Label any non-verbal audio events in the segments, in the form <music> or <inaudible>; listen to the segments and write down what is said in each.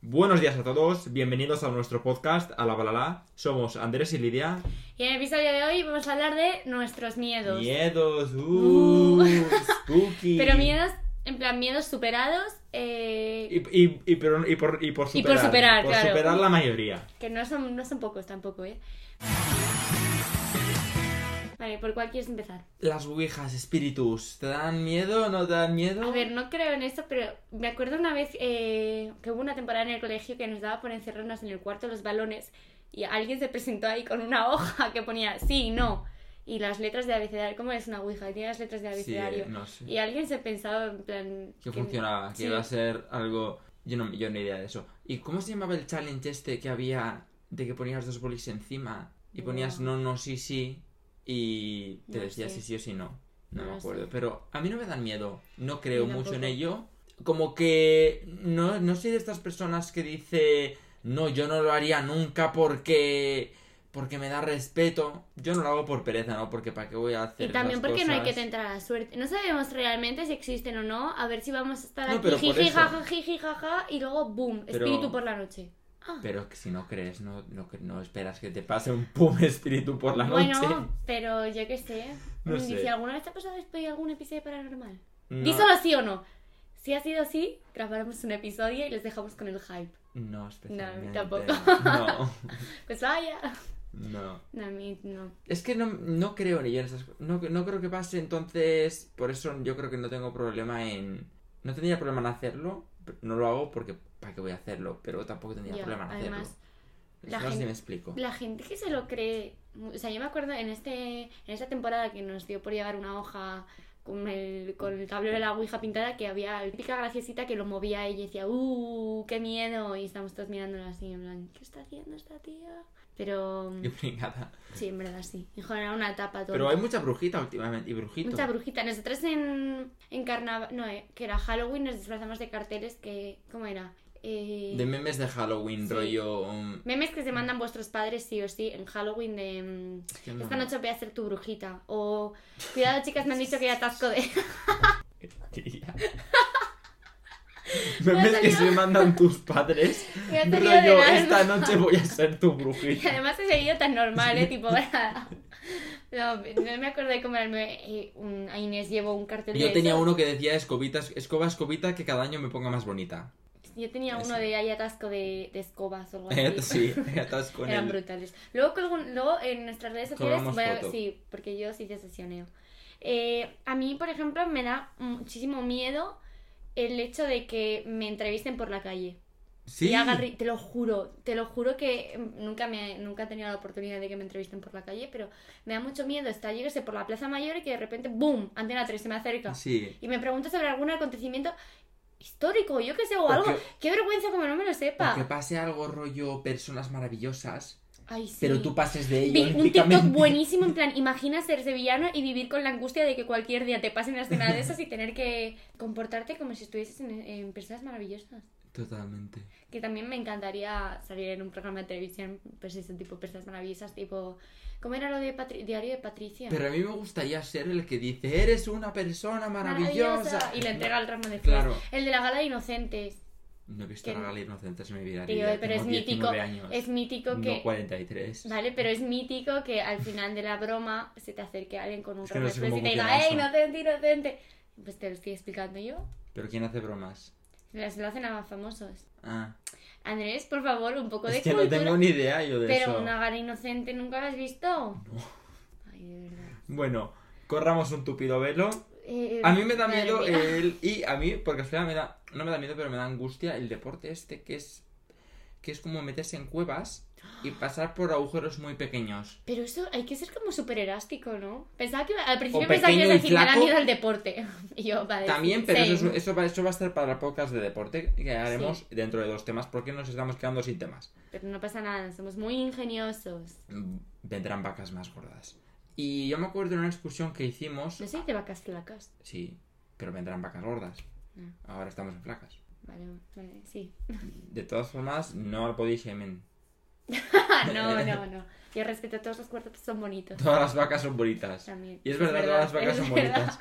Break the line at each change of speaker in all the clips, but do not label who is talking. Buenos días a todos, bienvenidos a nuestro podcast A la Balala. Somos Andrés y Lidia.
Y en el episodio de hoy vamos a hablar de nuestros miedos.
Miedos, uh,
Uh.
spooky.
Pero miedos, en plan, miedos superados, eh,
Y, y- y por, y por- y por
Y
superar.
por superar, claro.
superar la mayoría.
que no son, no son pocos tampoco, ¿eh? Vale, ¿por cuál quieres empezar?
Las ouijas, espíritus, ¿te dan miedo o no te dan miedo?
A ver, no creo en eso, pero me acuerdo una vez eh, que hubo una temporada en el colegio que nos daba por encerrarnos en el cuarto de los balones y alguien se presentó ahí con una hoja que ponía sí, no. Y las letras de abecedario, ¿cómo es una ouija? Tiene las letras de
Sí,
abecedario.
no sé.
Y alguien se pensaba en plan...
que funcionaba, que
sí.
iba a ser algo... Yo no, yo no idea de eso. ¿Y cómo se llamaba el challenge este que había de que ponías dos bolis encima y ponías no,
No.
no, sí, sí y te
No
decías
sé.
sí, sí o sí no? No,
No
me
lo
acuerdo,
sé.
pero a mí no me dan miedo, no creo
Yo
mucho en
tampoco.
ello. Como que no, no soy de estas personas que dice, no, yo no lo haría nunca porque... Porque me da respeto. Yo no lo hago por pereza, ¿no? Porque para qué voy a hacer
Y también
esas
porque no hay que
cosas.
tentar a la suerte. No sabemos realmente si existen o no. A ver si vamos a estar
No,
aquí
pero por
jiji,
eso.
jaja, jiji, jaja, y luego boom,
Pero-
espíritu por la noche. Ah,
Pero que si no crees, no, no, cre- no esperas que te pase un pum <laughs> espíritu por la
bueno,
noche.
pero yo qué sé.
No
Mm,
sé.
Si alguna vez te ha pasado después de algún episodio paranormal.
No,
Díselo sí o no. Si ha sido así, grabaremos un episodio y les dejamos con el hype.
no, especialmente.
No, tampoco.
No,
Pues vaya.
no.
No, a mí no.
Es que no, no creo ni yo en esas cosas. No, no creo que pase, entonces. Por eso yo creo que no tengo problema en. No tendría problema en hacerlo. pero No lo hago porque. ¿Para qué voy a hacerlo? Pero tampoco tendría
Ya,
problema en hacerlo.
además,
no
la
sé si
gente-
me explico. <laughs>
La gente que se lo cree. O sea, yo me acuerdo en este en esta temporada que nos dio por llevar una hoja con el, con el tablero de la ouija pintada que había la típica graciosita que lo movía ella y decía, ¡uh! ¡Qué miedo! Y estamos todos mirándolo así, en plan, ¿qué está haciendo esta tía? Pero
Qué pringada.
sí, en verdad sí. Hijo, era una etapa todo.
Pero hay mucha brujita últimamente. Y brujito.
Mucha brujita. Nosotras en, en carnaval. No, eh, que era Halloween, nos disfrazamos de carteles que. ¿Cómo era? Eh,
De memes de Halloween,
Sí.
rollo. um,
Memes que se mandan vuestros padres sí o sí en Halloween de. mm,
es que no.
Esta noche voy a ser tu brujita. O, cuidado, chicas, me han dicho que hay atasco de. <laughs>
Memes
Me ha
que se
salido-
mandan tus padres.
<laughs> Me ha salido de
Rollo,
la
esta
alma.
noche voy a ser tu
<laughs> Y <laughs>
brujita.
además ese vídeo tan normal, ¿eh? Tipo, <laughs> no, no me acordé de cómo era el meme. Eh, un- A Inés llevo un cartel de
Yo tenía
esos.
uno que decía escobitas, escoba, escobita, que cada año me ponga más bonita.
Yo tenía uno
Ese.
de hay atasco de, de escobas o algo así.
Eh, <laughs> Sí, estás con
Eran
el...
brutales. Luego, colgo- luego en nuestras redes sociales
Colgamos
voy a-
foto.
sí, porque yo sí te sesioneo. Eh, a mí, por ejemplo, me da muchísimo miedo el hecho de que me entrevisten por la calle.
Sí,
Y haga ri- te lo juro, te lo juro que mm, nunca me nunca he tenido la oportunidad de que me entrevisten por la calle, pero me da mucho miedo estar yo que sé por la Plaza Mayor y que de repente ¡boom! Antena 3 se me acerca
sí.
y me pregunta sobre algún acontecimiento histórico, yo que sé, o algo.
Porque-
Qué vergüenza como no me lo sepa.
Que pase algo rollo personas maravillosas,
Ay, sí.
pero tú pases de
Vi
ello
un TikTok
olímpicamente.
buenísimo, en plan, imagina ser sevillano y vivir con la angustia de que cualquier día
<laughs>
te pasen las escena de esas y tener que comportarte como si estuvieses en, en personas maravillosas.
Totalmente.
Que también me encantaría salir en un programa de televisión, pues ese tipo, personas maravillosas, tipo, ¿cómo era lo de Patri- Diario de Patricia?
Pero a mí me gustaría ser el que dice, eres una persona maravillosa.
Y le entrega el ramo de flores.
Claro.
El de la gala de inocentes.
No he visto
Que-
la gala Inocentes en mi vida.
Tío,
Lidia,
Eh, pero es
tengo 19
mítico.
años.
Es mítico que.
No 43.
Vale, pero es mítico que al final de la broma se te acerque alguien con un
Es que no
ramo de
sé
flores
cómo
y te
funciona
diga, ¡eh,
eso".
inocente, inocente! Pues te lo estoy explicando yo.
¿Pero quién hace bromas?
Las lo hacen a más famosos.
Ah.
Andrés, por favor, un poco de
Es que no
cultura.
tengo ni idea yo de
pero
eso.
una gala inocente nunca la has visto. Ay, de verdad.
Bueno, corramos un tupido velo.
Eh,
A mí me da
madre
miedo
mía.
el... Y a mí, porque al final me da... No me da miedo, pero me da angustia el deporte este que es... Que es como meterse en cuevas y pasar por agujeros muy pequeños.
Pero eso hay que ser como súper elástico, ¿no? Pensaba que al principio
O
pensaba que
pequeño
ibas a
y
decir, me da
flaco.
miedo al deporte. <laughs> y yo, vale.
También, pero
same.
eso, es- eso, va, eso va a estar para podcast de deporte que haremos dentro de dos temas porque nos estamos quedando sin temas.
Pero no pasa nada, somos muy ingeniosos.
Mm, Vendrán vacas más gordas. Y yo me acuerdo de una excursión que hicimos...
No soy de vacas flacas.
Sí, pero vendrán vacas gordas.
No.
Ahora estamos en flacas.
Vale, vale, sí. <laughs>
De todas formas, no al body shaming.
no, no, no. Yo respeto a todos los cuerpos, son bonitos.
Todas las vacas son bonitas.
También.
Y es verdad, todas las vacas
es
son
verdad.
bonitas.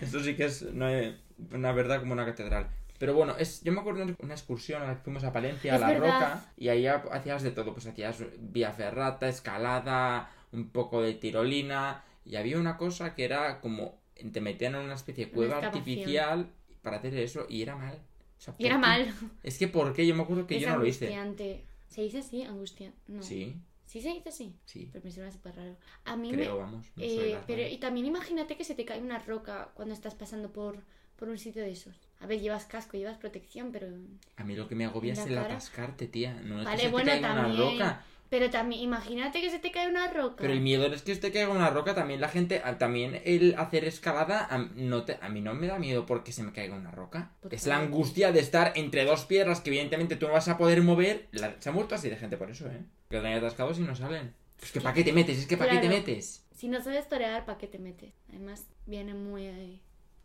Esto sí que es una, una verdad como una catedral. Pero bueno, es, yo me acuerdo de una excursión a la que fuimos a Palencia, a
Es
La
verdad.
Roca, y ahí ha- hacías de todo, pues hacías vía ferrata, escalada, un poco de tirolina, y había una cosa que era como, te metían en una especie de
Una
cueva
excavación.
artificial para hacer eso, y era mal. O sea,
Y era
¿por qué?
mal.
Es que ¿por qué? Yo me acuerdo que
es
yo no lo hice.
angustiante. ¿Se dice así? Angustia. No.
Sí,
Sí se dice así.
sí,
Pero me suena súper raro. A mí me,
creo, vamos. no soy
Eh,
las
pero
manos.
y también imagínate que se te cae una roca cuando estás pasando por, por un sitio de esos. A ver, llevas casco, llevas protección, pero
A mí lo que me agobia
en
es
la
el
cara.
atascarte, tía. No es
Vale,
que se te
bueno,
caiga una
también.
roca.
pero también imagínate que se te cae una roca.
Pero el miedo es que usted caiga una roca. También la gente, a- también el hacer escalada, a, no te- a mí no me da miedo porque se me caiga una roca.
Por
Es la
favor.
angustia de estar entre dos piedras que evidentemente tú no vas a poder mover. La- se ha muerto así de gente por eso, ¿eh? Que lo tenían atascados y no salen. Es que ¿para qué te metes? Es que ¿para qué te
Claro.
metes?
Si no sabes torear, ¿para qué te metes? Además, viene muy ahí.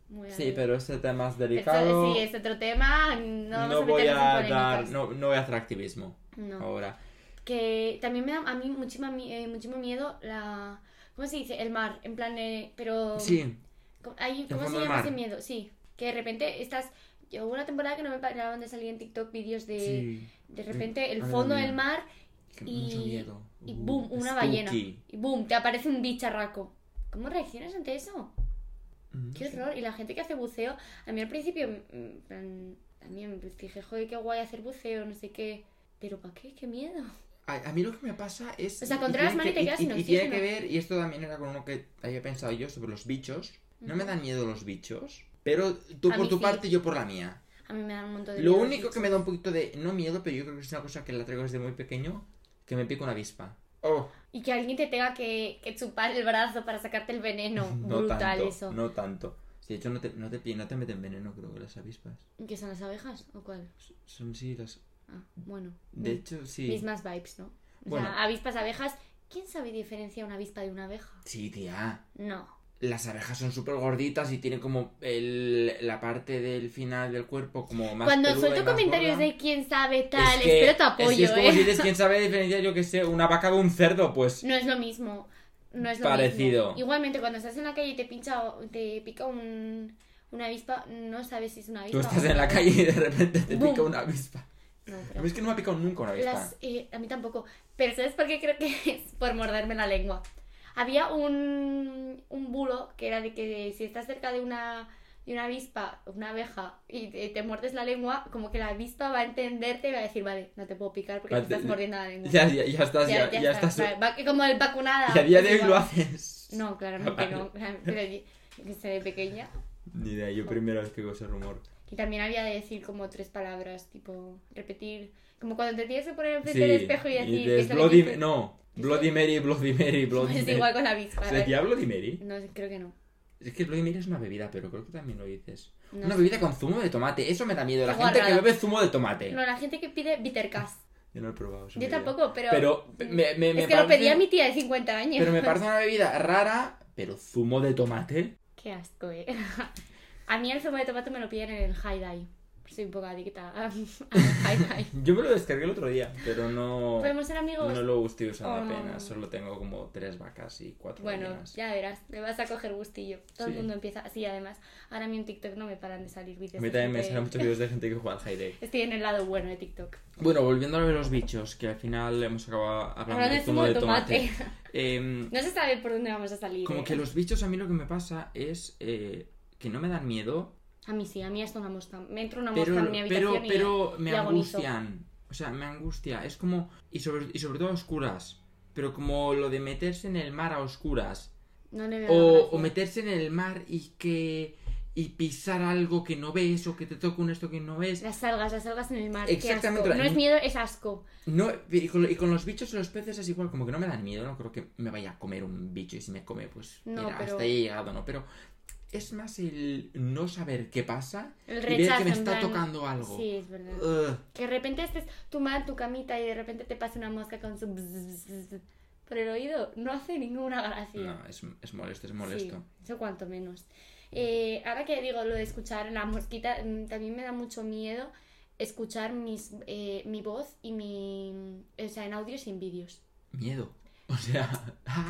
Muy
Sí,
ahí.
pero este tema es
Pero
delicado.
sí, es otro tema. No, vamos
no
a
voy
meternos
a
en
dar,
polémicas.
no, no voy a hacer activismo
No.
ahora.
Que también me da a mí muchísimo, mi- eh, muchísimo miedo la... ¿Cómo se dice? El mar. En plan, eh, pero...
Sí,
Co- ahí-
El
¿Cómo se
fondo del
llama ese
mar.
miedo? Sí, que de repente estás... Yo hubo una temporada que no me paraban de salir en TikTok vídeos de...
sí.
De repente el
Madre
fondo
mía.
del mar
Que
y-
mucho miedo.
y
Uh,
boom, una ballena.
spooky.
y boom, te aparece un bicharraco. ¿Cómo reaccionas ante eso?
Mm.
Qué horror. Y la gente que hace buceo, a mí al principio mm, en plan, también pues, dije, joder, qué guay hacer buceo, no sé qué. Pero ¿para qué? ¡Qué miedo!
A, a mí lo que me pasa es...
O sea,
y
controlas
tiene
mal y te
que-
quedas
y,
sin
y tiene
oxígeno.
que ver, y esto también era con uno que había pensado yo sobre los bichos. No me
Ujú.
dan miedo los bichos, pero tú
A
por
mí
tu
sí.
parte y yo por la mía.
A mí me da un montón de
Lo
miedo los
único que
bichos.
me da un poquito de... No miedo, pero yo creo que es una cosa que la traigo desde muy pequeño, que me pica una avispa. Oh,
Y que alguien te tenga que, que chupar el brazo para sacarte el veneno.
<laughs> no
Brutal
tanto,
eso.
no tanto. Sí, de hecho, no te, no, te, pi- no te meten veneno, creo que las avispas.
¿Qué son las abejas o cuál?
Son sí las...
Ah, bueno.
De
Mm.
hecho, sí.
mismas vibes, ¿no? O
Bueno.
sea, avispas, abejas. ¿Quién sabe diferenciar una avispa de una abeja?
Sí, tía.
No.
Las abejas son súper gorditas y tienen como el, la parte del final del cuerpo como más
Cuando
peluda y
suelto
más
comentarios
gorda.
de quién sabe
Es
tal,
que-
espero tu
Es, que
apoyo,
es como
¿eh?
si dices, ¿quién sabe diferenciar, yo que sé, una vaca de un cerdo? Pues
No es lo mismo. No es lo
Parecido.
mismo. Igualmente, cuando estás en la calle y te pincha o te pica un, una avispa, no sabes si es una avispa.
tú
o
estás
una
en la
abeja.
calle y de repente te
Boom.
pica una avispa.
No, pero-
A mí es que no me ha picado nunca una avispa.
Las, eh, a mí tampoco. Pero ¿sabes por qué creo que <laughs> es? Por morderme la lengua. Había un, un bulo que era de que si estás cerca de una, de una avispa, una abeja, y te, te muerdes la lengua, como que la avispa va a entenderte y va a decir, vale, no te puedo picar porque
Va
te
a
estás
entender-
mordiendo la lengua.
Ya, ya, ya estás, ya, ya
está,
estás.
vale, va- como el vacunada.
Y a día
pues
de hoy
igual.
lo haces.
No, claro, no, que no. claro, Pero yo- que seré pequeña.
Ni idea, yo primera vez que oigo ese rumor.
Y también había de decir como tres palabras, tipo, repetir. Como cuando te tienes que poner enfrente del espejo y decir.
dices,
esto que
Bloody,
dices".
no, Bloody Mary, Bloody
<laughs>
Mary, Bloody
Pues
Mary.
igual con la avispa.
¿Se
¿vale?
decía Bloody Mary?
No, creo que no.
Es que el Bloody Mary es una bebida, pero creo que también lo dices.
No
una
sé.
bebida con zumo de tomate, eso me da miedo. La
Qué
gente que
guarrada.
bebe zumo de tomate.
No, la gente que pide bittercast.
Yo no lo he probado. esa
Yo
bebida.
tampoco, pero.
Pero me, me, me
es que lo
parece-
pedía mi tía de 50 años.
Pero me parece una bebida rara, pero zumo de tomate.
Qué asco, eh. <laughs> A mí el zumo de tomate me lo piden en el High Dive. Soy un poco adicta <laughs> al High Dive.
Yo me lo descargué el otro día, pero no,
¿Podemos ser amigos?
no lo estoy usando
Oh, no,
apenas.
no.
Solo tengo como tres vacas y cuatro
Bueno,
gallinas.
ya verás, me vas a coger gustillo. Todo
Sí.
el mundo empieza así, además. Ahora a mí en TikTok no me paran de salir
A
vídeos.
mí
de
también me
gente-
salen muchos videos de gente que juega al high <laughs> day.
Estoy en el lado bueno de TikTok.
Bueno, volviendo a lo de los bichos, que al final hemos acabado hablando
Hablando
de zumo de tomate. Em,
<laughs> no se sabe por dónde vamos a salir.
Como
eh.
que los bichos a mí lo que me pasa es eh, que no me dan miedo,
A mí sí, a mí hasta una mosca. Me entra una mosca
pero,
en mi habitación
pero,
y-
pero me
y agonizo.
angustian. O sea, me angustia. Es como... Y sobre, y sobre todo a oscuras. Pero como lo de meterse en el mar a oscuras.
No le veo la
O,
gracia.
o meterse en el mar y que... Y pisar algo que no ves o que te toque un esto que no ves.
Las algas, las algas en el mar. qué
Exactamente,
asco.
la-
No es miedo, es asco.
No, y con, y con los bichos y los peces es igual, como que no me dan miedo, no creo que me vaya a comer un bicho y si me come, pues
No,
mira,
pero-
hasta ahí he llegado, ¿no? Pero es más el no saber qué pasa
El
y ver
rechazo.
que me
en
está
plan-
tocando algo.
Sí, es verdad.
Ugh.
Que de repente estés tú mal en tu camita y de repente te pase una mosca con su. bzz, bzz, bzz por el oído. No hace ninguna gracia.
No, es, es molesto, es molesto.
Sí, eso cuanto menos. Eh, ahora que digo lo de escuchar la mosquita, mm, también me da mucho miedo escuchar mis, eh, mi voz y mi... O sea, en audio sin vídeos.
Miedo. <laughs> O sea.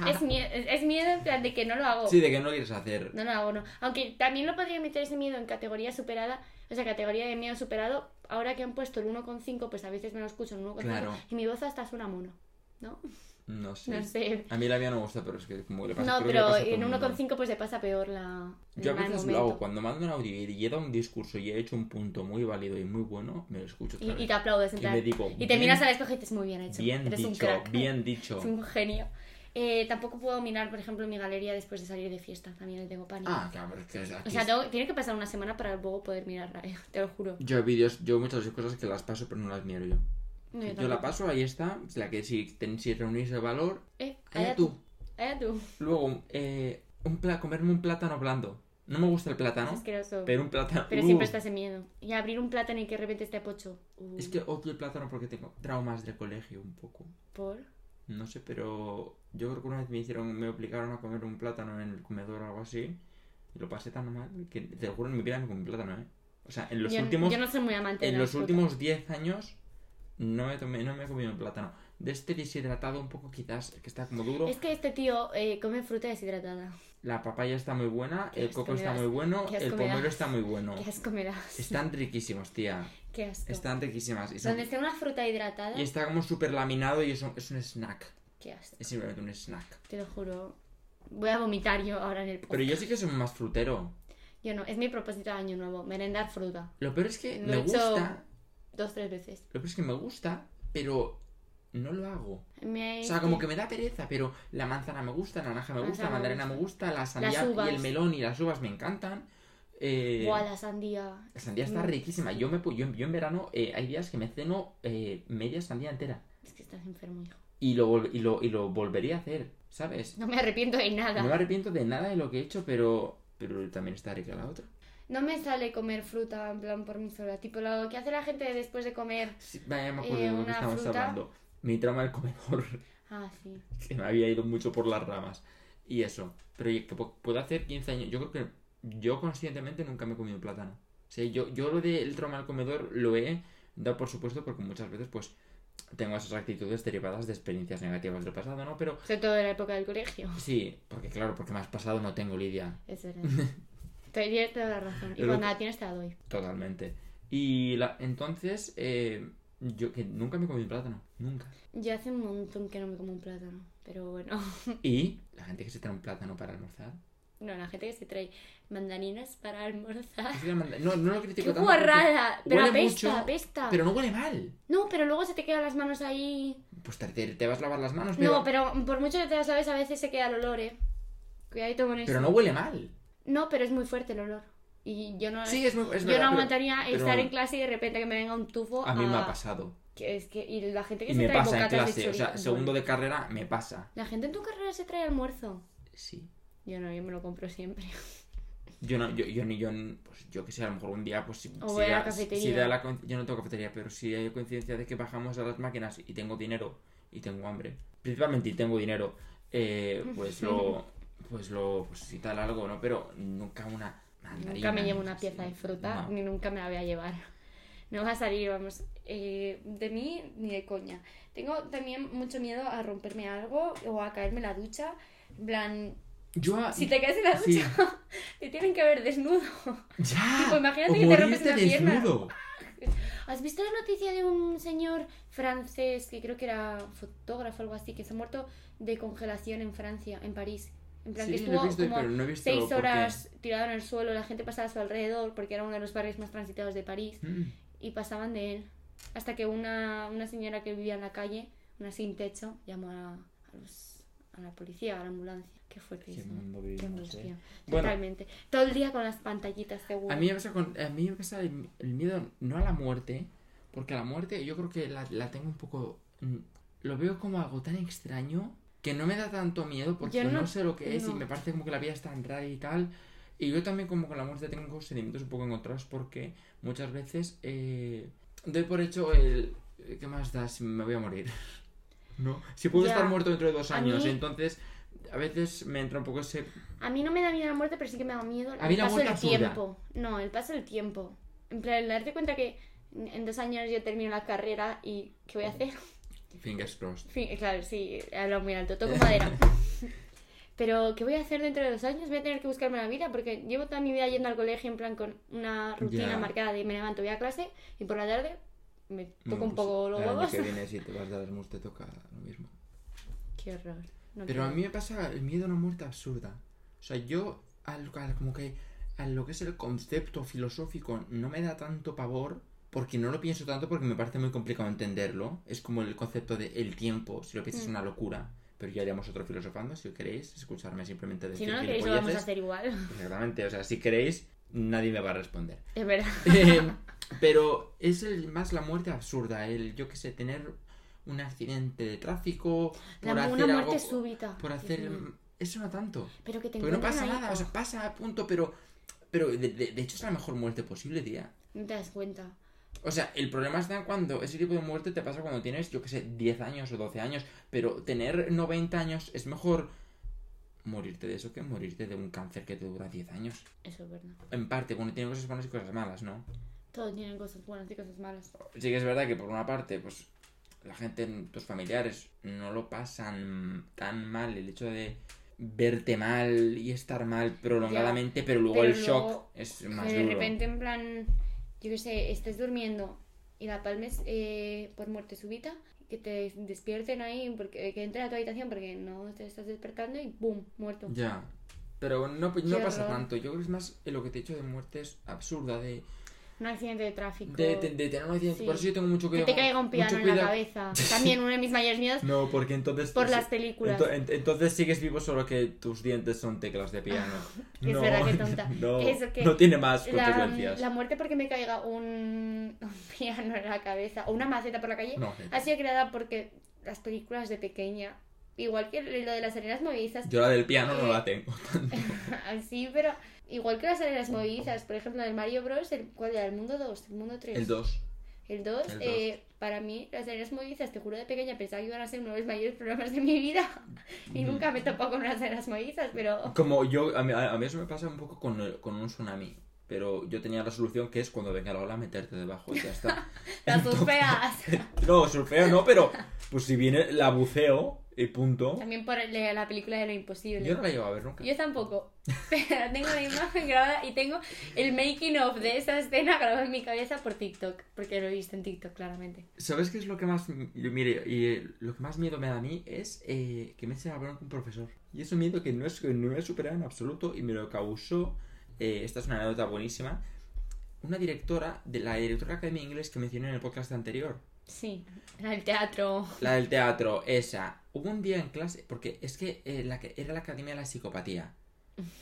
Es, mie- es- es miedo en plan de que no lo hago.
sí, de que no lo quieres hacer.
No lo hago, no. Aunque también lo podría meter ese miedo en categoría superada, o sea, categoría de miedo superado. Ahora que han puesto el 1,5, pues a veces me lo escucho en 1,5.
Claro.
Y mi voz hasta suena mono, ¿no?
No sé.
No sé.
A mí la mía no me gusta, pero es que como le pasa
No,
creo que le
pero
pasa a todo
en
el mundo.
1,5 pues se pasa peor la.
Yo a
el mal
veces lo hago
momento.
cuando mando un audio y he dado un discurso y he hecho un punto muy válido y muy bueno, me lo escucho otra
Y, y
vez.
te aplaudes, en
Y
plan.
me digo,
Y te
bien-
miras al espejo y dices, muy bien hecho.
Bien
Eres un
dicho,
crack. <laughs>
bien dicho.
Es un genio. Eh, tampoco puedo mirar, por ejemplo, mi galería después de salir de fiesta. También le tengo pánico.
Ah, claro, es que aquí
o sea,
es-
tengo- tiene que pasar una semana para luego poder mirarla, <laughs> eh, te lo juro.
Yo vídeos, yo muchas cosas que las paso pero no las miro yo.
No,
Yo,
tampoco.
la paso, ahí está, la que si, ten, si reunís el valor,
Eh,
allá
allá
tú.
Allá tú.
Luego, eh, un pla- comerme un plátano blando. No me gusta el
Es
plátano,
asqueroso. Pero,
pero un plátano...
siempre
¡Uf!
estás en miedo. Y abrir un plátano y que de repente esté pocho. Uh,
Es que odio el plátano porque tengo traumas de colegio un poco.
Por.
No sé, pero yo creo que una vez me hicieron, me obligaron a comer un plátano en el comedor o algo así. Y lo pasé tan mal que te lo juro en mi vida me comí un plátano, ¿eh? O sea, en los
yo,
últimos,
yo no soy muy amante
en
de la
los
fruta.
últimos 10 años no me, tomé, no me he comido un plátano. De este deshidratado un poco quizás, que está como duro.
Es que este tío eh, come fruta deshidratada.
La papaya está muy buena,
Qué
el
asco
coco
me
está
das,
muy bueno,
qué
el
asco me
pomelo
das.
está muy bueno.
Qué asco me das.
Están riquísimos, tía.
Qué asco.
Están riquísimas. Y, son-
Donde esté una fruta hidratada.
y está como súper laminado y es un, es un snack.
Qué asco.
Es simplemente un snack.
Te lo juro. Voy a vomitar yo ahora en el
Pero
podcast.
yo sí que soy más frutero.
Yo no, es mi propósito de año nuevo, merendar fruta.
Lo peor es que
Lo
me
he hecho-
gusta,
Dos, tres veces.
lo peor es que me gusta, pero no lo hago.
Me-
O sea, como que me da pereza, pero la manzana me gusta, la naranja me gusta, la
Manzana me
mandarina
gusta.
me gusta, la sandía y
uvas.
el melón y las uvas me encantan. Eh,
Buah, la sandía.
la sandía está
Mm.
riquísima. Yo me pu- yo, yo en verano eh, hay días que me ceno eh, media sandía entera.
Es que estás enfermo, hijo.
Y lo, vol- y lo, y lo volvería a hacer, ¿sabes?
No me arrepiento de nada.
No me arrepiento de nada de lo que he hecho, pero, pero también está rica la otra.
No me sale comer fruta en plan por mi sola. Tipo lo que hace la gente después de comer.
Sí, vaya, me
Eh,
acuerdo de lo que
una
estamos
fruta.
hablando. Mi trama del comedor. <laughs>
Ah, sí.
que me había ido mucho por las ramas. Y eso. Pero oye, que pu- puedo hacer 15 años. Yo creo que yo conscientemente nunca me he comido plátano. O sea, yo, yo lo del trauma al comedor lo he dado por supuesto porque muchas veces pues tengo esas actitudes derivadas de experiencias negativas del pasado, ¿no? Pero
Sobre todo en la época del colegio.
sí, porque claro, porque más pasado no tengo Lidia. <laughs>
Es verdad. Te tienes toda la razón. Y
Pero-
cuando la tienes te la doy.
Totalmente. Y la, entonces, eh, yo que nunca me he comido plátano.
<laughs>
Nunca.
Yo hace un montón que no me como un plátano. Pero bueno. <laughs>
Y la gente que se trae un plátano para almorzar.
No, la gente que se trae mandarinas para almorzar.
<laughs> Es que la manda- No, no lo critico
¡Qué
tanto. porque-
guarrada! Pero
huele
apesta,
mucho,
apesta.
Pero no huele mal.
No, pero luego se te quedan las manos ahí.
Pues te, te- te vas a lavar las manos, pero,
No, pero por mucho que te las laves a veces se queda el olor, eh. Cuidadito con eso.
pero no huele mal.
No, pero es muy fuerte el olor. Y yo no,
Sí, es, muy- es verdad,
yo no
pero-
aguantaría
pero
estar en clase y de repente que me venga un tufo.
A mí me ha pasado.
que es que, y la gente que
Y
se
me
trae
pasa en
bocatas de
clase. O sea,
chorizo-
segundo
bueno,
de carrera me pasa.
La gente en tu carrera se trae almuerzo.
Sí.
Yo no, yo me lo compro siempre. <laughs>
Yo no, yo, yo ni yo, pues yo que sé, a lo mejor un día, pues si, si
voy a la
da- si-
cafetería.
si da la con- yo no tengo cafetería, pero si hay coincidencia de que bajamos a las máquinas y tengo dinero y tengo hambre, principalmente y tengo dinero,
<laughs>
eh, pues lo, pues lo, pues si tal algo, ¿no? Pero nunca una mandarina.
Nunca me llevo
ni
una
así.
pieza de fruta,
No.
ni nunca me la voy a llevar. <laughs> No va a salir, vamos, eh, de mí ni de coña. Tengo también mucho miedo a romperme algo o a caerme en la ducha. En plan,
Yo a-
si te caes en la
Sí.
ducha, <laughs> te tienen que ver desnudo.
Ya.
Tipo, imagínate
o
que te rompes
morirte
una pierna.
desnudo.
¿Has visto la noticia de un señor francés que creo que era fotógrafo o algo así, que se ha muerto de congelación en Francia, en París? En plan, que
Sí, lo
estuvo
he visto,
como
pero no he visto
seis
por qué.
horas tirado en el suelo, la gente pasaba a su alrededor porque era uno de los barrios más transitados de París
Mm.
y pasaban de él. Hasta que una, una señora que vivía en la calle, una sin techo, llamó a, a los- a la policía, a la ambulancia. Qué fuerte
Qué
eso.
mundo
Qué
vivimos,
angustia.
eh. Bueno.
Totalmente. Todo el día con las pantallitas, seguro.
A mí me pasa, con- a mí me pasa el, el miedo no a la muerte, porque la muerte yo creo que la, la tengo un poco... mm, Lo veo como algo tan extraño que no me da tanto miedo porque
Yo
no,
no-
sé lo que es y
no.
me parece como que la vida es tan rara y tal. Y yo también como con la muerte tengo sentimientos un poco encontrados porque muchas veces eh, doy por hecho el... eh, ¿Qué más da si me voy a morir? <laughs> No. Si puedo
Ya.
estar muerto dentro de dos
A
años,
mí-
entonces a veces me entra un poco ese...
A mí no me da miedo la muerte, pero sí que me da miedo el
A mí la
paso
muerte
del
absurda.
tiempo. No, el paso del tiempo. En plan, el darte cuenta que en en dos años yo termino la carrera y ¿qué voy a hacer? <laughs>
Fingers crossed.
Fin- claro, sí, he hablado muy alto,
<laughs>
toco madera. Pero, ¿qué voy a hacer dentro de dos años? Voy a tener que buscarme la vida porque llevo toda mi vida yendo al colegio en plan con una rutina
Ya.
marcada de me levanto, voy a clase y por la tarde me toco
Bueno,
un
pues,
poco los
el año
huevos.
que viene, si te vas de Erasmus, te toca lo mismo.
<laughs> Qué horror. No
Pero a
quiero.
mí me pasa el miedo a una muerte absurda. O sea, yo, al, al- como que a lo que es el concepto filosófico, no me da tanto pavor porque no lo pienso tanto porque me parece muy complicado entenderlo. Es como el concepto de el tiempo, si lo piensas es
Mm.
una locura. Pero ya haremos otro filosofando, si queréis, escucharme simplemente decir
Si no lo
mil
queréis, lo vamos a
polleces.
hacer igual. <laughs>
Exactamente, o sea, si queréis, nadie me va a responder.
Es verdad.
Eh, pero es el, más la muerte absurda, el yo que sé, tener un accidente de tráfico,
La-
por hacer
una muerte
algo,
súbita.
por hacer...
Dios mío.
Eso no tanto.
Pero que te
Porque no
encuentren
pasa
ahí,
nada, o sea,
oh,
pasa, punto, pero... Pero de, de- de hecho es la mejor muerte posible, tía.
No te das cuenta.
O sea, el problema está cuando ese tipo de muerte te pasa cuando tienes, yo que sé, 10 años o 12 años, pero tener 90 años es mejor morirte de eso que morirte de un cáncer que te dura 10 años.
Eso es verdad.
En parte, bueno, tiene cosas buenas y cosas malas, ¿no?
Todo tienen cosas buenas y cosas malas.
Sí que es verdad que por una parte, pues la gente, tus familiares, no lo pasan tan mal el hecho de verte mal y estar mal prolongadamente, pero luego
pero
el
luego,
shock es más
Que de
duro.
repente, en plan, yo qué sé, estés durmiendo y la palmes eh, por muerte súbita, que te despierten ahí, porque, que entren a tu habitación porque no te estás despertando y ¡boom! Muerto.
Ya. Pero no, no
Qué
pasa
horror.
tanto. Yo creo que es más lo que te he dicho de muerte es absurda, de,
Un accidente de tráfico.
de, de- de tener un accidente.
Sí.
Por eso yo tengo mucho
que
cuidado.
te caiga un piano
mucho
en
cuidado-
la
<laughs>
cabeza. También uno de mis mayores miedos
No, porque entonces.
por las películas.
ento- en- entonces sigues vivo solo que tus dientes son teclas de piano.
<laughs> Es
no,
verdad,
<laughs>
qué tonta.
No,
Eso que-
no tiene más
La,
consecuencias.
la muerte porque me caiga un, <laughs> un piano en la cabeza o una maceta por la calle
No,
ha sido creada porque las películas de pequeña, igual que lo de las arenas movedizas,
yo la del piano no
Eh,
la tengo.
<laughs> así, pero igual que las arenas movedizas, por ejemplo, el Mario Bros, el, ¿cuál era? ¿El mundo 2? ¿El mundo 3?
El 2.
El 2,
El
eh, para mí, las arenas movedizas, te juro de pequeña, pensaba que iban a ser uno de los mayores problemas de mi vida <laughs> y nunca me he topado con las arenas movedizas,
<laughs>
pero...
Como yo, a mí, a mí eso me pasa un poco con, el- con un tsunami. Pero yo tenía la solución que es cuando venga la ola meterte debajo y ya está.
Las feas.
<laughs> No, surfeo no, pero pues si viene la buceo y punto.
También por la la película de lo imposible.
Yo no la llevo a ver nunca.
Yo tampoco, pero tengo la imagen grabada y tengo el making of de esa escena grabada en mi cabeza por TikTok, porque lo he visto en TikTok claramente.
¿Sabes qué es lo que más... yo- Mire, y, eh, lo que más miedo me da a mí es eh, que me echen a bronca un profesor. Y es un miedo que no, es, que no he superado en absoluto y me lo causó... eh, esta es una anécdota buenísima. Una directora, de la directora de la Academia de Inglés que mencioné en el podcast anterior.
Sí, era el teatro.
La del teatro, esa. Hubo un día en clase, porque es que, eh, la que era la Academia de la Psicopatía.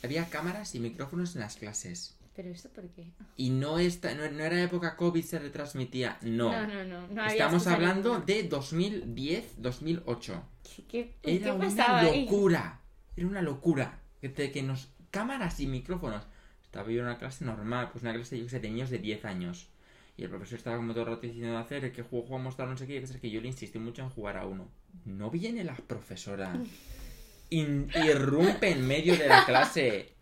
Había cámaras y micrófonos en las clases.
Pero eso por qué?
Y no, esta, no, no era época COVID, se retransmitía, no.
No, no, no. no había
Estamos
excusa
hablando
ninguna.
de 2010, 2008.
¿Qué, qué- ¿eh?
Era
qué pasaba
una
ahí?
locura. Era una locura. Que, te- que nos. Cámaras y micrófonos. Estaba yo en una clase normal, pues una clase, yo que sé, de niños de 10 años. Y el profesor estaba como todo el rato diciendo de hacer, que juego jugamos tal, no sé qué, que sé que yo le insistí mucho en jugar a uno. No viene la profesora. In- irrumpe en medio de la clase.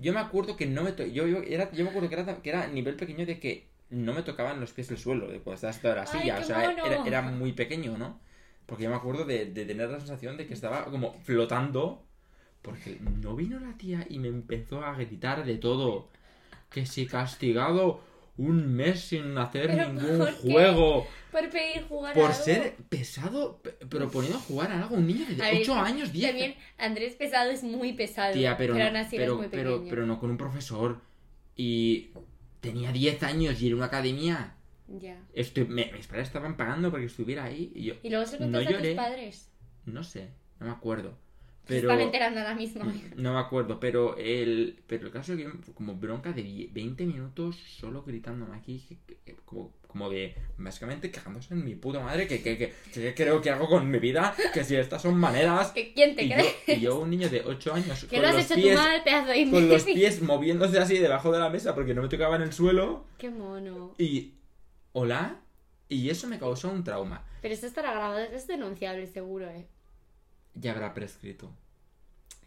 Yo me acuerdo que no me to- yo, yo, era, yo me acuerdo que era, que era a nivel pequeño de que no me tocaban los pies del suelo, de cuando estabas toda la
¡Ay,
silla.
qué
o sea,
mono!
era, era muy pequeño, ¿no? Porque yo me acuerdo de, de tener la sensación de que estaba como flotando. Porque no vino la tía y me empezó a gritar de todo. Que si castigado un mes sin hacer
¿Pero
ningún
por qué?
juego.
Por pedir jugar a
Por
algo.
ser pesado, pe- proponiendo jugar a algo. Un niño
A ver,
de 8 años, 10
También Andrés Pesado es muy pesado.
Tía, pero,
aún
no,
así eres
pero,
muy
pero,
pequeño.
pero no con un profesor. Y tenía 10 años y era una academia.
Ya.
Estu- me- mis padres estaban pagando porque estuviera ahí. Y yo
Y luego se lo
No
contaste a
lloré.
tus padres.
no sé, no me acuerdo.
Se
Pero,
Están enterando ahora mismo.
no me acuerdo, pero el, pero el caso es que yo, como bronca de die- 20 minutos solo gritándome aquí, que- que- que- como, como de básicamente quejándose en mi puta madre, que, que, que, que creo que hago con mi vida, que si estas son maneras.
¿Que ¿Quién te
Y yo,
crees?
y yo, un niño de 8 años,
Que
con
lo has
los
hecho
pies
tú mal, pedazo de
con los
<laughs> imbécil.
pies moviéndose así debajo de la mesa porque no me tocaba en el suelo
Qué mono.
y hola y eso me causó un trauma
Pero esto estará grabado, es denunciable seguro, eh.
ya habrá prescrito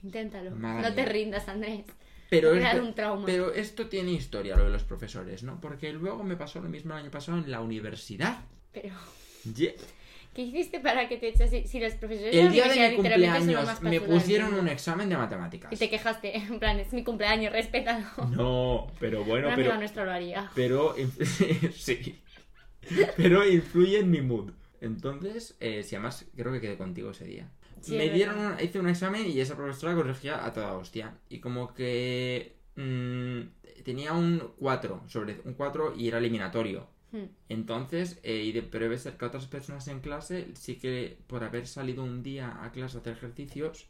Inténtalo.
Madre
no te
mía.
rindas, Andrés.
pero
crear
esto,
un trauma.
pero esto tiene historia lo de los profesores no porque luego me pasó lo mismo el año pasado en la universidad
Pero
Ye-
¿Qué hiciste para que te echasen? Si los profesores de
El
la
día de
universidad
mi
literalmente son lo más
cumpleaños me
fácil del
pusieron
mundo.
un examen de matemáticas.
Y te quejaste, <laughs> en plan, es mi cumpleaños, respétalo.
No, pero bueno,
<laughs> Una
pero...
amiga nuestra lo haría.
Pero... inf- <laughs> sí. Pero influye en mi mood. Entonces, eh, si además creo que quedé contigo ese día.
Sí,
me
es
dieron,
verdad.
un- hice un examen y esa profesora corregía a toda hostia. Y como que... mm, tenía un 4 sobre... Un 4 y era eliminatorio.
Hmm.
Entonces, eh, y de- pero debe ser que a otras personas en clase, sí que por haber salido un día a clase a hacer ejercicios,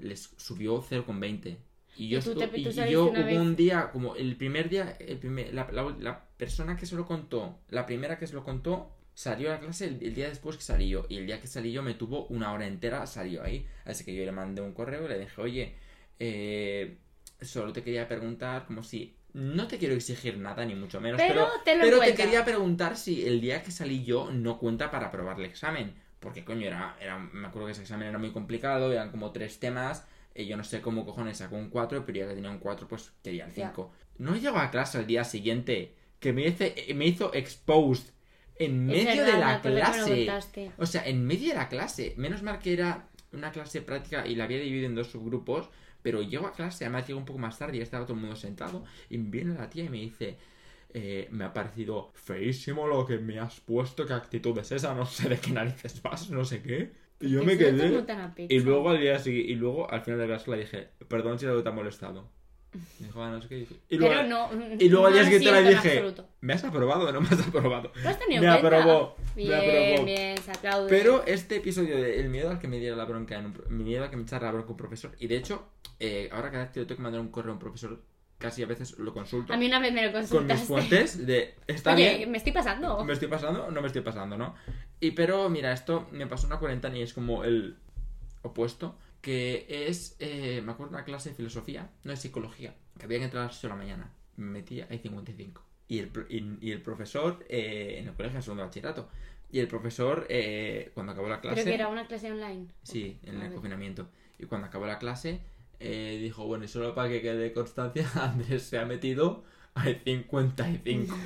les subió 0,20. Y yo,
Y tú te-
estu- y-
tú
y
saliste
yo
una
hubo
vez.
un día, como el primer día, el primer- la, la- la persona que se lo contó, la primera que se lo contó, salió a la clase el, el día después que salí yo. Y el día que salí yo me tuvo una hora entera, salió ahí. Así que yo le mandé un correo y le dije, oye, eh, solo te quería preguntar, como si... No te quiero exigir nada, ni mucho menos,
Pero te lo
pero te
encuentras.
quería preguntar si el día que salí yo no cuenta para aprobar el examen. Porque, coño, era, era, me acuerdo que ese examen era muy complicado, eran como tres temas. Y yo no sé cómo cojones sacó un 4, pero ya que tenía un 4, pues quería el
Ya.
5. No llegó a clase al día siguiente, que me, hice, eh, me hizo exposed en
Es
medio
verdad,
de
me
la
acuerdo que me lo
clase.
contaste.
O sea, en medio de la clase. Menos mal que era una clase práctica y la había dividido en dos subgrupos. Pero llego a clase, además llego un poco más tarde y ya estaba todo el mundo sentado. Y viene la tía y me dice: eh, Me ha parecido feísimo lo que me has puesto, qué actitud es esa, no sé de qué narices vas, no sé qué. Y yo me
Encima te
quedé.
montan a pecho.
Y luego al día sigui- y luego al final de la clase le dije: Perdón si algo te ha
<laughs>
molestado. Y dijo: "Ah, no sé qué. dije". Y luego, <laughs>
Pero no. mm,
y luego al
no
día
lo
siguiente le
siento en
dije:
absoluto.
¿Me has aprobado o no me has aprobado?
¿Lo has tenido
Me
en cuenta?
aprobó, me
Bien,
aprobó.
bien, se aplaude.
Pero este episodio de El miedo al que me diera la bronca, en un, pro- mi miedo a que me echara la bronca un profesor. Y de hecho, eh, ahora cada vez que le tengo que mandar un correo a un profesor, casi a veces lo consulto
A mí una vez me lo
con mis
consultaste.
fuentes
<laughs>
de está
Oye,
bien,
¿me estoy pasando?
me estoy pasando o no me estoy pasando, ¿no? Y pero mira, esto me pasó una cuarentena y es como el opuesto, que es, eh, me acuerdo una clase de filosofía, no es psicología, que había que entrar a las 8 de la mañana. Me metí a 55. Y el, pro- y, y el profesor, eh, en el colegio, en segundo de bachillerato, y el profesor, eh, cuando acabó la clase...
Creo que era una clase online.
Sí, en el
Vale.
confinamiento. Y cuando acabó la clase, eh, dijo, bueno, y solo para que quede constancia, <laughs> Andrés se ha metido al
<laughs>
55.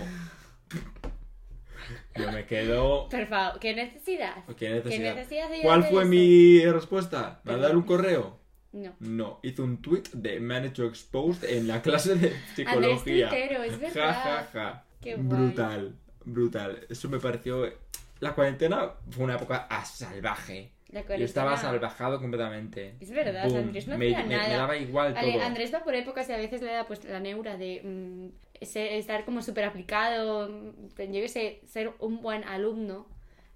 Yo me quedo...
Por favor, ¿qué necesidad?
¿Qué
¿Qué
necesidad?
necesidad de
¿Cuál
hacer
fue
eso?
mi respuesta? ¿Mandar
Perdón.
un correo?
No.
No, hizo un tweet de me han hecho exposed en la clase de
Andrés
psicología.
Tintero, es
Ja,
verdad.
ja, ja.
Qué guay.
Brutal, brutal. Eso me pareció... La cuarentena fue una época ah, salvaje.
La
Yo
cuarentena.
estaba salvajado completamente.
Es verdad,
Boom.
Andrés no
me,
hacía
me-
nada.
me daba igual
Ale,
todo.
Andrés va por épocas y a veces le da pues la neura de mm, ser- estar como súper aplicado, mm, yo qué sé, ser un buen alumno.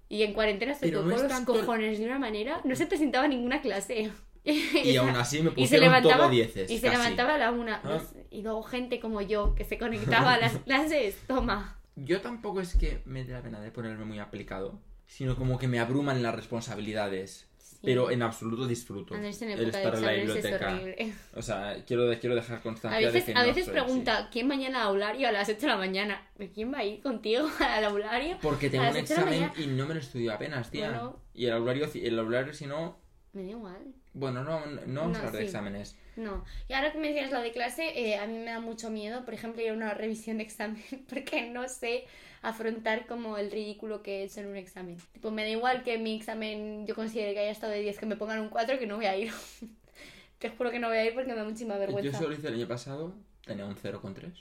Y en cuarentena se
Pero
tocó
no es
los
tanto-
cojones de una manera, no se presentaba a ninguna clase. <laughs>
Y aún así me
Y se
pusieron
levantaba,
todo dieces.
y se
casi.
levantaba a la una. pues,
Ah.
Y luego gente como yo que se conectaba
<laughs>
a las clases. Toma.
Yo tampoco es que me dé la pena de ponerme muy aplicado, sino como que me abruman las responsabilidades.
Sí.
Pero en absoluto disfruto
Andrés en
el
época de
estar en la
exámenes es
biblioteca.
horrible.
O sea, quiero, de- quiero dejar
A
constancia de
veces,
que
a
no
veces
soy
pregunta, ¿quién mañana a aulario? A las 8 de la mañana. ¿Quién va a ir contigo <laughs> al aulario?
así. Porque tengo
a
un
las ocho de la
examen
mañana-
y no me lo estudio apenas, tía.
Bueno.
Y el horario, el horario si no...
Me da igual.
Bueno, no, no, no vamos
No,
a hablar de
sí.
exámenes.
No. Y ahora que mencionas lo de clase, eh, a mí me da mucho miedo, por ejemplo, ir a una revisión de examen, <laughs> porque no sé afrontar como el ridículo que he hecho en un examen. Tipo, me da igual que mi examen yo considere que haya estado de 10, que me pongan un 4, que no voy a ir. <laughs> Te juro que no voy a ir porque me da muchísima
Yo
vergüenza.
solo hice el año pasado, tenía un 0,3.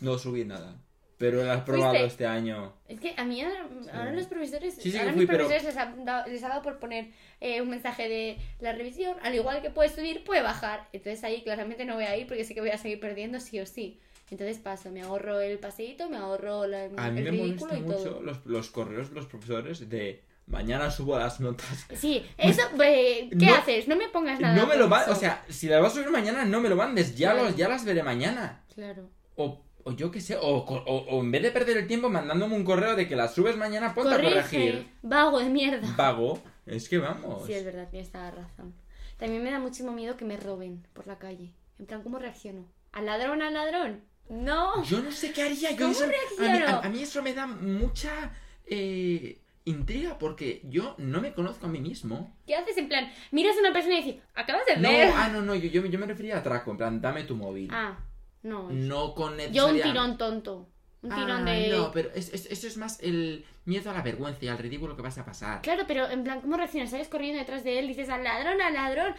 no subí nada. Pero lo has probado
Mm. Fuiste-
este año.
Es que a mí ahora, ahora los profesores,
Sí, sí que
ahora
fui,
mis
pero-
profesores les, han dado- les ha dado por poner eh, un mensaje de la revisión, al igual que puede subir, puede bajar. Entonces ahí claramente no voy a ir porque sé que voy a seguir perdiendo sí o sí. Entonces paso, me ahorro el paseíto, me ahorro la-
A mí
el
me
ridículo
molestan
y
mucho
todo.
los, los correos de los profesores de mañana subo las notas.
Sí, eso, eh, ¿qué
No-
haces? No me pongas nada.
No me lo va, o
profesor.
sea, si las vas a subir mañana, no me lo mandes, ya,
Claro.
los, ya las veré mañana.
Claro.
O, o yo qué sé, o, co- o, o en vez de perder el tiempo mandándome un correo de que las subes mañana, ponte a
Corrige,
corregir.
vago de mierda.
Vago, es que vamos.
Sí, es verdad, tienes toda la razón. También me da muchísimo miedo que me roben por la calle. En plan, ¿cómo reacciono? ¿Al ladrón, al ladrón? ¡No!
Yo no sé qué haría. Yo
Oh, ¿Cómo
eso- a mí-
reacciono?
A, a mí eso me da mucha eh, intriga porque yo no me conozco a mí mismo.
¿Qué haces? En plan, miras a una persona y dices, acabas de
No,
ver.
ah, no, no, yo, yo, yo me refería a atraco, en plan, dame tu móvil.
Ah, no.
No con
Yo un
necesidad-
tirón tonto. Un
Ah,
tirón de...
No, pero es- es- eso es más el miedo a la vergüenza y al ridículo que vas a pasar.
Claro, pero en plan, ¿cómo reaccionas? Sales corriendo detrás de él, dices al ladrón, al ladrón.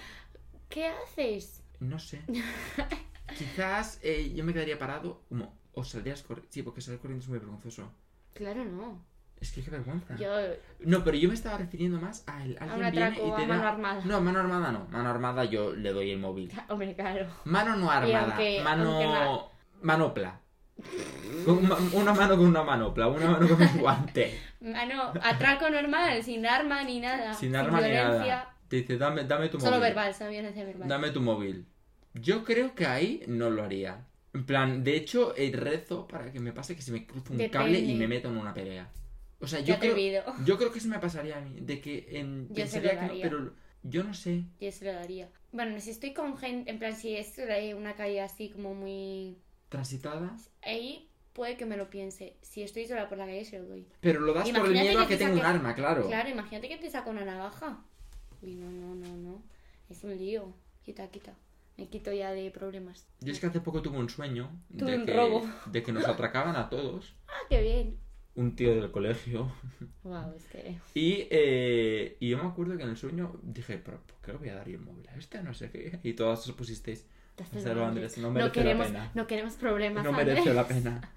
¿Qué haces?
No sé.
<laughs>
Quizás eh, yo me quedaría parado como... O saldrías corriendo. Sí, porque salir corriendo es muy vergonzoso.
Claro, no.
Es que qué vergüenza.
Yo
No, pero yo me estaba refiriendo más a el...
a un
Alguien viene y
atraco,
te
a
da-
mano armada.
No, mano armada no. Mano armada yo le doy el móvil.
<laughs> Hombre, claro.
Mano no armada.
Ah, aunque-
mano.
aunque no-
Manopla. Con una- una mano con una manopla, una mano con un
<laughs>
guante.
Ah, no, atraco normal, sin arma ni nada.
sin arma ni
Ah, violencia.
nada. Te dice, dame, dame tu
Solo
móvil.
verbal, solo violencia verbal.
Dame tu móvil. Yo creo que ahí no lo haría. En plan, de hecho, eh, rezo para que me pase que se me cruce un cable y
Depende.
me meta en una pelea. O sea,
Qué
yo creo,
atrevido.
yo creo que eso me pasaría a mí. De que en,
Yo se lo
pensaría que no,
daría.
pero yo no sé.
<laughs> Yo se lo daría. Bueno, si estoy con gente, en plan, si es eh, una calle así como muy...
Transitada.
Ahí puede que me lo piense. Si estoy sola por la calle, se lo doy.
Pero lo das por el
Imagínate
miedo a
que
que
te
tenga un
saque-
arma, claro.
Claro, imagínate que te saca una navaja. Uy, no, no, no, no. Es un lío. Quita, quita. Me quito ya de problemas.
Yo es que hace poco tuve un sueño
Tuve
de,
un
que,
robo.
de que nos atracaban a todos.
Ah, qué bien.
Un tío del colegio.
Wow, es que...
Y, eh, y yo me acuerdo que en el sueño dije, pero ¿por qué le voy a dar yo el móvil a este? No sé qué. Y todas os pusisteis.
te haces
Marcelo
mal.
Andrés, no merece
queremos,
la pena.
No queremos problemas,
No
Andrés.
merece la
<laughs>
pena.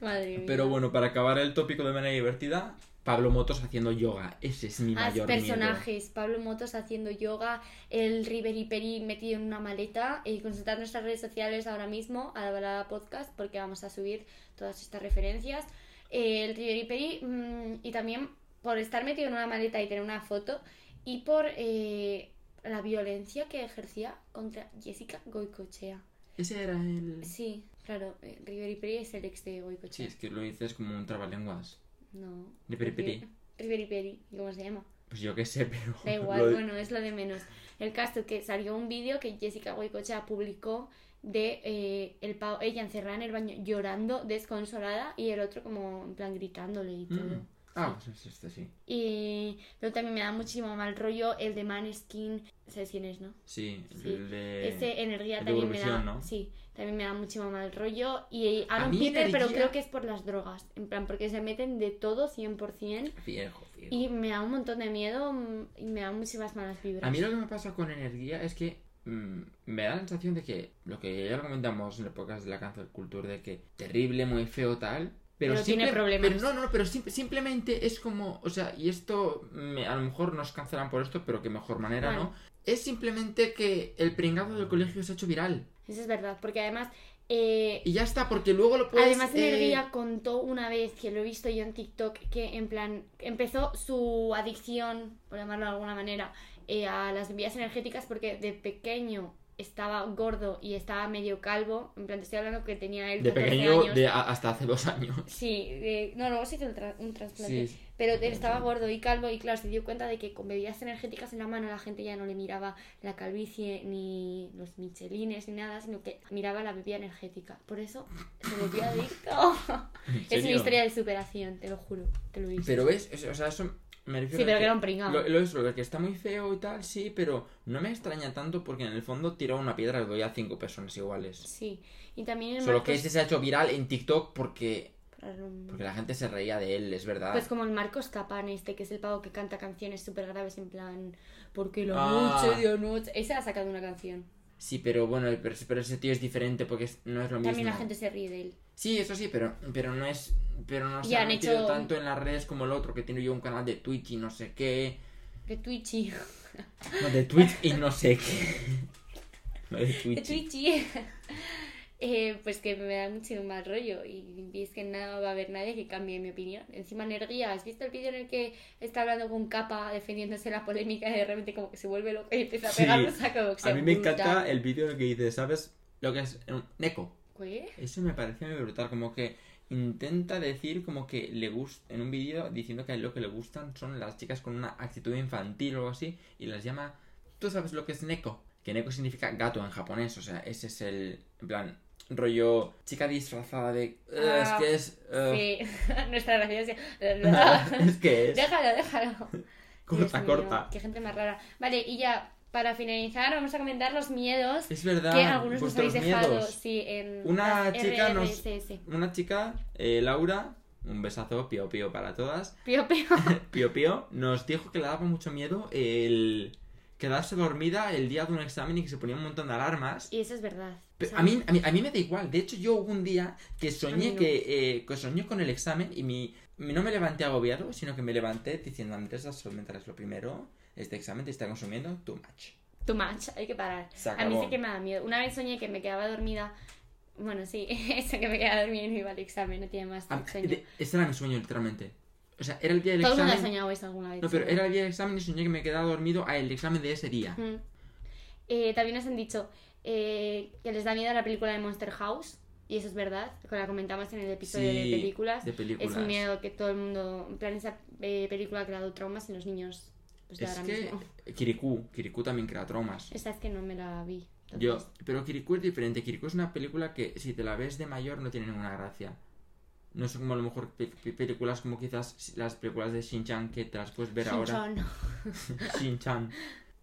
Madre mía.
Pero bueno, para acabar el tópico de manera divertida, Pablo Motos haciendo yoga. Ese es mi
Haz
mayor miedo.
personajes, Pablo Motos haciendo yoga, el River y Peri metido en una maleta y consultar nuestras redes sociales ahora mismo a la balada podcast porque vamos a subir todas estas referencias. Eh, El River y Peri mm, y también por estar metido en una maleta y tener una foto y por eh, la violencia que ejercía contra Jessica Goicochea.
Ese era el.
Sí, claro, eh, River y Peri es el ex de
Sí,
Goicochea.
es que lo dices como un trabalenguas.
No.
De Peri Peri.
River y Peri, ¿cómo se llama?
Pues yo qué sé, pero.
Da igual,
lo-
bueno, es lo de menos. El caso que salió un vídeo que Jessica Goicochea publicó de eh, el pavo, ella encerrada en el baño llorando, desconsolada, y el otro como en plan gritándole y todo.
Mm. Ah, pues es este sí.
Y luego también me da muchísimo mal rollo el de Maneskin, ¿sabes quién es, no?
Sí,
Sí.
el de.
Ese energía
Eh, el de
también me da,
Eurovisión, ¿no?
sí, también me da muchísimo mal rollo. Y Aaron
mí
Piper, pero
Energía-
creo que es por las drogas, en plan, porque se meten de todo 100%.
Viejo, viejo.
Y me da un montón de miedo mm, y me da muchísimas malas vibras.
A mí lo que me pasa con energía es que mm, me da la sensación de que lo que ya lo comentamos en épocas de la cancel culture de que terrible, muy feo, tal. Pero,
Pero tiene problemas.
Pero no, no, pero sim- simplemente es como, o sea, y esto me- a lo mejor nos cancelan por esto, pero que mejor manera, ¿no?
Bueno.
Es simplemente que el pringado del colegio se ha hecho viral.
Eso es verdad, porque además, eh,
Y ya está, porque luego lo puedes.
además
eh,
Energía contó una vez que lo he visto yo en TikTok que en plan empezó su adicción, por llamarlo de alguna manera, eh, a las bebidas energéticas porque de pequeño estaba gordo y estaba medio calvo, en plan te estoy hablando que tenía él
De
14
pequeño,
años.
de a- hasta hace dos años.
Sí, de- no, luego se hizo el tra- un trasplante.
Sí.
Pero él estaba gordo y calvo y claro, se dio cuenta de que con bebidas energéticas en la mano la gente ya no le miraba la calvicie ni los michelines ni nada, sino que miraba la bebida energética. Por eso se volvió adicto.
<laughs> ¿En
es una
serio?
historia de superación, te lo juro, te lo he dicho.
Pero ves, Es- o sea, eso me refiero
sí,
a
pero que
que-
era un pringado.
Lo, lo es, lo que está muy feo y tal, sí, pero no me extraña tanto porque en el fondo tiró una piedra y doy a cinco personas iguales.
Sí, y también el
Solo
Marcos...
que este se ha hecho viral en TikTok porque,
Para un-
porque la gente se reía de él, es verdad.
Pues como el Marcos Capán este, que es el pavo que canta canciones súper graves en plan... Porque lo
Ah.
mucho, Dios mucho... Ese ha sacado una canción.
Sí, pero bueno, pero, pero ese tío es diferente porque es- no es lo mismo.
También la gente se ríe de él.
Sí, eso sí, pero, pero no es. Pero no se
Y
ha
han
metido
hecho-
tanto en las redes como el otro, que tiene yo un canal de Twitch y no sé qué.
De Twitchy.
No, de Twitch y no sé qué. <laughs> No, de
De
Twitch.
Twitchy. <laughs> Eh, pues que me da mucho mal rollo y es que no va a haber nadie que cambie mi opinión. Encima, energía, ¿has visto el vídeo en el que está hablando con capa defendiéndose la polémica y de repente como que se vuelve loco y empieza a
Sí.
pegar un saco de boxeo?
A mí me
Brutal.
encanta el vídeo en el que dice, ¿sabes? Lo que es. Un eco.
¿Qué?
Eso me parece muy brutal, como que intenta decir como que le gusta, en un vídeo diciendo que a él lo que le gustan son las chicas con una actitud infantil o algo así, y las llama, tú sabes lo que es neko, que neko significa gato en japonés, o sea, ese es el, en plan, rollo chica disfrazada de... "Ugh,
Ah,
es que es... ugh".
Sí, <laughs> nuestra gracia
<laughs> es que es...
<laughs> Déjalo, déjalo.
corta,
Dios mío,
corta.
Qué gente más rara. Vale, y ya Para finalizar, vamos a comentar los miedos
Es verdad.
que algunos nos
Ah, vuestros
habéis dejado.
miedos.
Sí, en
Una
las
chica nos-
RRSS.
Una chica, eh, Laura, un besazo, pío pío para todas.
Pío, pío.
Pío Pío nos dijo que le daba mucho miedo el quedarse dormida el día de un examen y que se ponía un montón de alarmas.
Y eso es verdad.
Pero
O sea,
a, mí, a, mí, a mí me da igual. De hecho, yo hubo un día que soñé
no.
que, eh, que soñé con el examen y mi, mi- no me levanté agobiado, sino que me levanté diciendo, Andrés, solamente es lo primero. Este examen te está consumiendo too much.
Too much, hay que parar.
Se
A mí
acabó.
sí que me da miedo. Una vez soñé que me quedaba dormida. Bueno, sí, <laughs> eso que me quedaba dormida y no iba al examen, no tiene más
A-
sueño.
Ah, de- ese era mi sueño, literalmente. O sea, era el día del
Todo el mundo ha
examen.
soñado eso alguna vez.
No, pero
¿no?
era el día del examen y soñé que me quedaba dormido al examen de ese día.
Mm. Eh, también nos han dicho eh, que les da miedo la película de Monster House. Y eso es verdad, que la comentamos en el episodio
Sí,
de películas.
De películas.
Es un miedo que todo el mundo. En plan, esa eh, película ha creado traumas en los niños. Pues de
Es
ahora
que
mismo.
Kirikou, Kirikou también crea traumas.
Esa es que no me la vi. entonces.
Yo, pero Kirikou es diferente. Kirikou es una película que si te la ves de mayor no tiene ninguna gracia. No son como a lo mejor pe- pe- películas como quizás las películas de Shin-Chan que te las puedes
<laughs>
ver ahora.
Shinchon.
<laughs> Shin-Chan.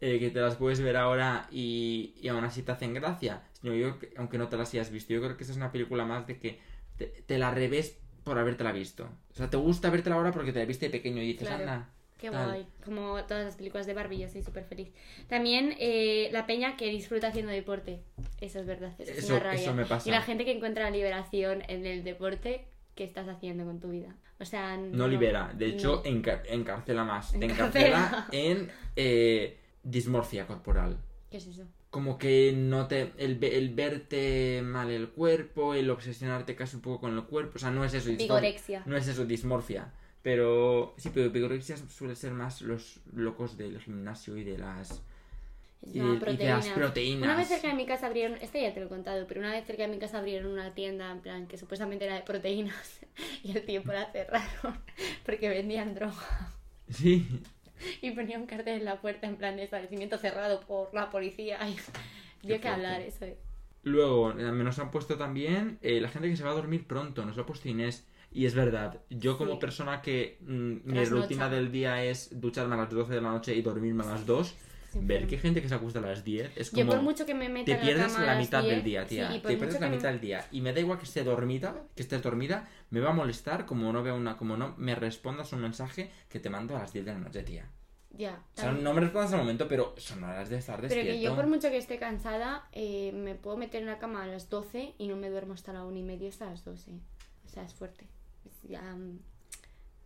eh, que te las puedes ver ahora y, y aún así te hacen gracia. Yo, yo, que- aunque no te las hayas visto, yo creo que esa es una película más de que te, te la revés por habértela visto. O sea, te gusta vértela ahora porque te la viste de pequeño y dices,
Claro.
anda.
Qué
Tal.
guay. Como todas las películas de Barbie, yo soy súper feliz. También eh, la peña que disfruta haciendo deporte. Eso es verdad. Eso, es
Eso,
una rabia.
eso me pasa.
Y la gente que encuentra liberación en el deporte que estás haciendo con tu vida. O sea,
No libera, de hecho
no.
enca- encarcela más. Te
Encarcela. <laughs>
encarcela en eh, dismorfia corporal.
¿Qué es eso?
Como que no te. El, ve- el verte mal el cuerpo, el obsesionarte casi un poco con el cuerpo. O sea, no es eso. disfor-
Vigorexia.
No es eso, dismorfia. Pero. Sí, pero vigorexia suele ser más los locos del gimnasio y de las.
Es
Y,
una
de- y de las proteínas.
Una vez cerca de mi casa abrieron, este ya te lo he contado, pero una vez cerca de mi casa abrieron una tienda en plan que supuestamente era de proteínas <laughs> y el tiempo la cerraron <laughs> porque vendían droga
Sí.
y ponían un cartel en la puerta en plan establecimiento cerrado por la policía. Ay, dio que
fuerte.
hablar eso. eh.
Luego, eh, me nos han puesto también eh, la gente que se va a dormir pronto, nos lo ha puesto Inés. Y es verdad, yo como
Sí.
persona que mm, mi
Trasnocha.
rutina del día es ducharme a las 12 de la noche y dormirme a las 2,
Sí,
ver
sí.
que hay gente que se acuesta a las 10 es como...
Yo por mucho que me meta
te
en la
pierdes
cama a
la
las
mitad
10,
del día, tía.
sí, y por
te
mucho
pierdes la
que me-
mitad del día. Y me da igual que esté dormida, que estés dormida, me va a molestar como no vea una, como no me respondas un mensaje que te mando a las 10 de la noche, tía.
Ya,
O sea,
también.
no me respondas al momento, pero son horas de estar
Pero
despierto.
que yo por mucho que esté cansada, eh, me puedo meter en la cama a las 12 y no me duermo hasta la 1 y media, hasta las 12. O sea, es fuerte. Es- ya, mm,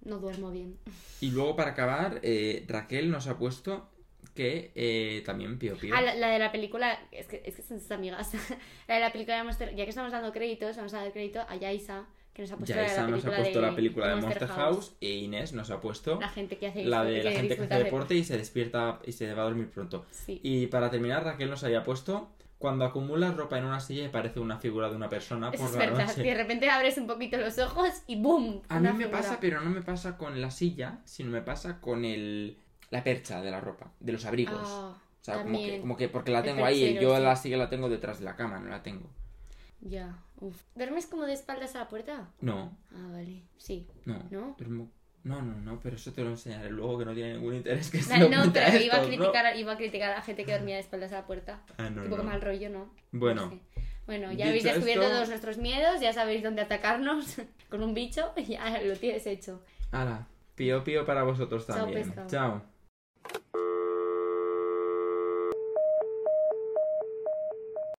no duermo bien.
Y luego para acabar, eh, Raquel nos ha puesto que eh, también Pío Pío.
Ah, la, la de la película, es que, es que son sus amigas. <laughs> la de la película de Monster, ya que estamos dando créditos, vamos a dar crédito a Yaisa, que nos ha puesto
ya
la,
esa
de la
nos ha
película
puesto
de,
la película de Monster House. e Inés nos ha puesto
La gente que hace
la de
disfrute-
la gente que
disfruta
hace deporte y se despierta y se va a dormir pronto.
Sí.
Y para terminar, Raquel nos había puesto cuando acumulas ropa en una silla y parece una figura de una persona
Eso
por
es
la
verdad.
noche.
Y de repente abres un poquito los ojos y ¡boom!
A mí
Una
me
figura.
pasa, pero no me pasa con la silla, sino me pasa con el la percha de la ropa, de los abrigos.
Ah,
o sea, como que,
también.
como que porque la
El
tengo ahí,
perchero,
yo
sí.
la silla la tengo detrás de la cama, no la tengo.
Ya, uf. ¿Duermes como de espaldas a la puerta?
No,
Ah, vale. Sí.
No. <laughs>
¿No?
duermo- No, no, no, pero eso te lo enseñaré luego que no tiene ningún interés que se
No,
lo
no,
cuente a
pero iba a,
estos, ¿no?
criticar, iba a criticar a la gente que dormía de espaldas a la puerta.
Ah, no,
Un poco
no.
mal rollo, ¿no?
Bueno.
No sé. Bueno, ya
Dicho
habéis descubierto
esto-
todos nuestros miedos, ya sabéis dónde atacarnos <laughs> con un bicho y ya lo tienes hecho.
Hala, pío pío para vosotros
Chao,
también.
pescado.
Chao.